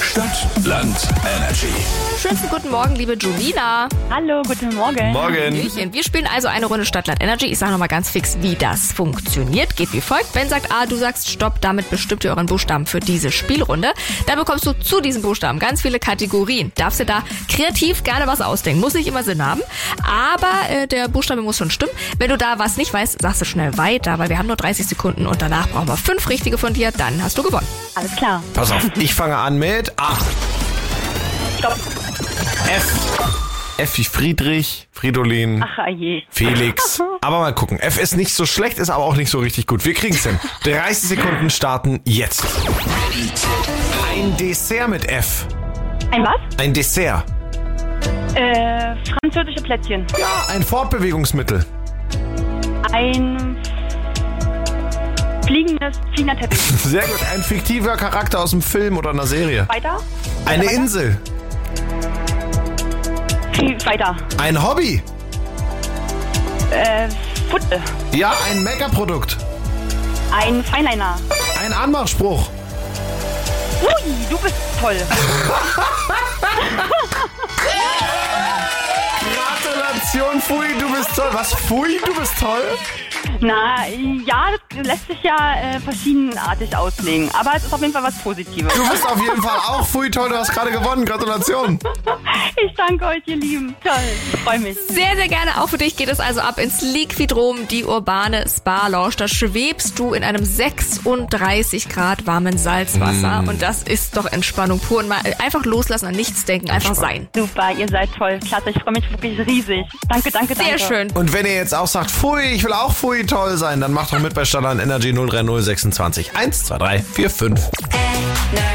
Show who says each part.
Speaker 1: Stadt, Land, Energy.
Speaker 2: Schönen guten Morgen, liebe Julina.
Speaker 3: Hallo, guten Morgen.
Speaker 4: Morgen.
Speaker 2: Hallöchen. Wir spielen also eine Runde Stadtland Energy. Ich sage nochmal ganz fix, wie das funktioniert. Geht wie folgt. Ben sagt A, du sagst Stopp. Damit bestimmt ihr euren Buchstaben für diese Spielrunde. Dann bekommst du zu diesen Buchstaben ganz viele Kategorien. Darfst dir da kreativ gerne was ausdenken. Muss nicht immer Sinn haben. Aber äh, der Buchstabe muss schon stimmen. Wenn du da was nicht weißt, sagst du schnell weiter, weil wir haben nur 30 Sekunden und danach brauchen wir fünf richtige von dir. Dann hast du gewonnen.
Speaker 3: Alles klar.
Speaker 4: Pass auf, ich fange an mit A.
Speaker 3: Stopp.
Speaker 4: F. F wie Friedrich, Fridolin,
Speaker 3: Ach, oh je.
Speaker 4: Felix. Aber mal gucken. F ist nicht so schlecht, ist aber auch nicht so richtig gut. Wir kriegen's hin. 30 Sekunden starten jetzt. Ein Dessert mit F.
Speaker 3: Ein was?
Speaker 4: Ein Dessert.
Speaker 3: Äh, französische Plätzchen.
Speaker 4: Ja, ein Fortbewegungsmittel.
Speaker 3: Ein fliegendes, fliegender Teppich.
Speaker 4: Sehr gut. Ein fiktiver Charakter aus einem Film oder einer Serie.
Speaker 3: Weiter?
Speaker 4: Eine Insel.
Speaker 3: Viel Weiter.
Speaker 4: Ein Hobby.
Speaker 3: Äh, Futte.
Speaker 4: Ja, ein Make-up-Produkt.
Speaker 3: Ein Feinliner.
Speaker 4: Ein Anmachspruch.
Speaker 3: Ui, du bist toll.
Speaker 4: Gratulation, Fui, du bist toll. Was, Fui, du bist toll?
Speaker 3: Na, ja, das lässt sich ja äh, verschiedenartig auslegen. Aber es ist auf jeden Fall was Positives.
Speaker 4: Du bist auf jeden Fall auch Fui toll, du hast gerade gewonnen. Gratulation.
Speaker 3: Ich danke euch, ihr Lieben. Toll. Ich freue mich.
Speaker 2: Sehr, sehr gerne. Auch für dich geht es also ab ins Liquidrom, die urbane Spa-Lounge. Da schwebst du in einem 36 Grad warmen Salzwasser. Und das ist doch Entspannung pur. Und mal einfach loslassen, an nichts denken, einfach sein.
Speaker 3: Super, ihr seid toll. Klasse, ich freue mich wirklich riesig. Danke, danke, danke.
Speaker 2: Sehr schön.
Speaker 4: Und wenn ihr jetzt auch sagt, Fui, ich will auch Fui toll sein, dann macht doch mit bei Standard Energy 03026 12345.
Speaker 2: Energy.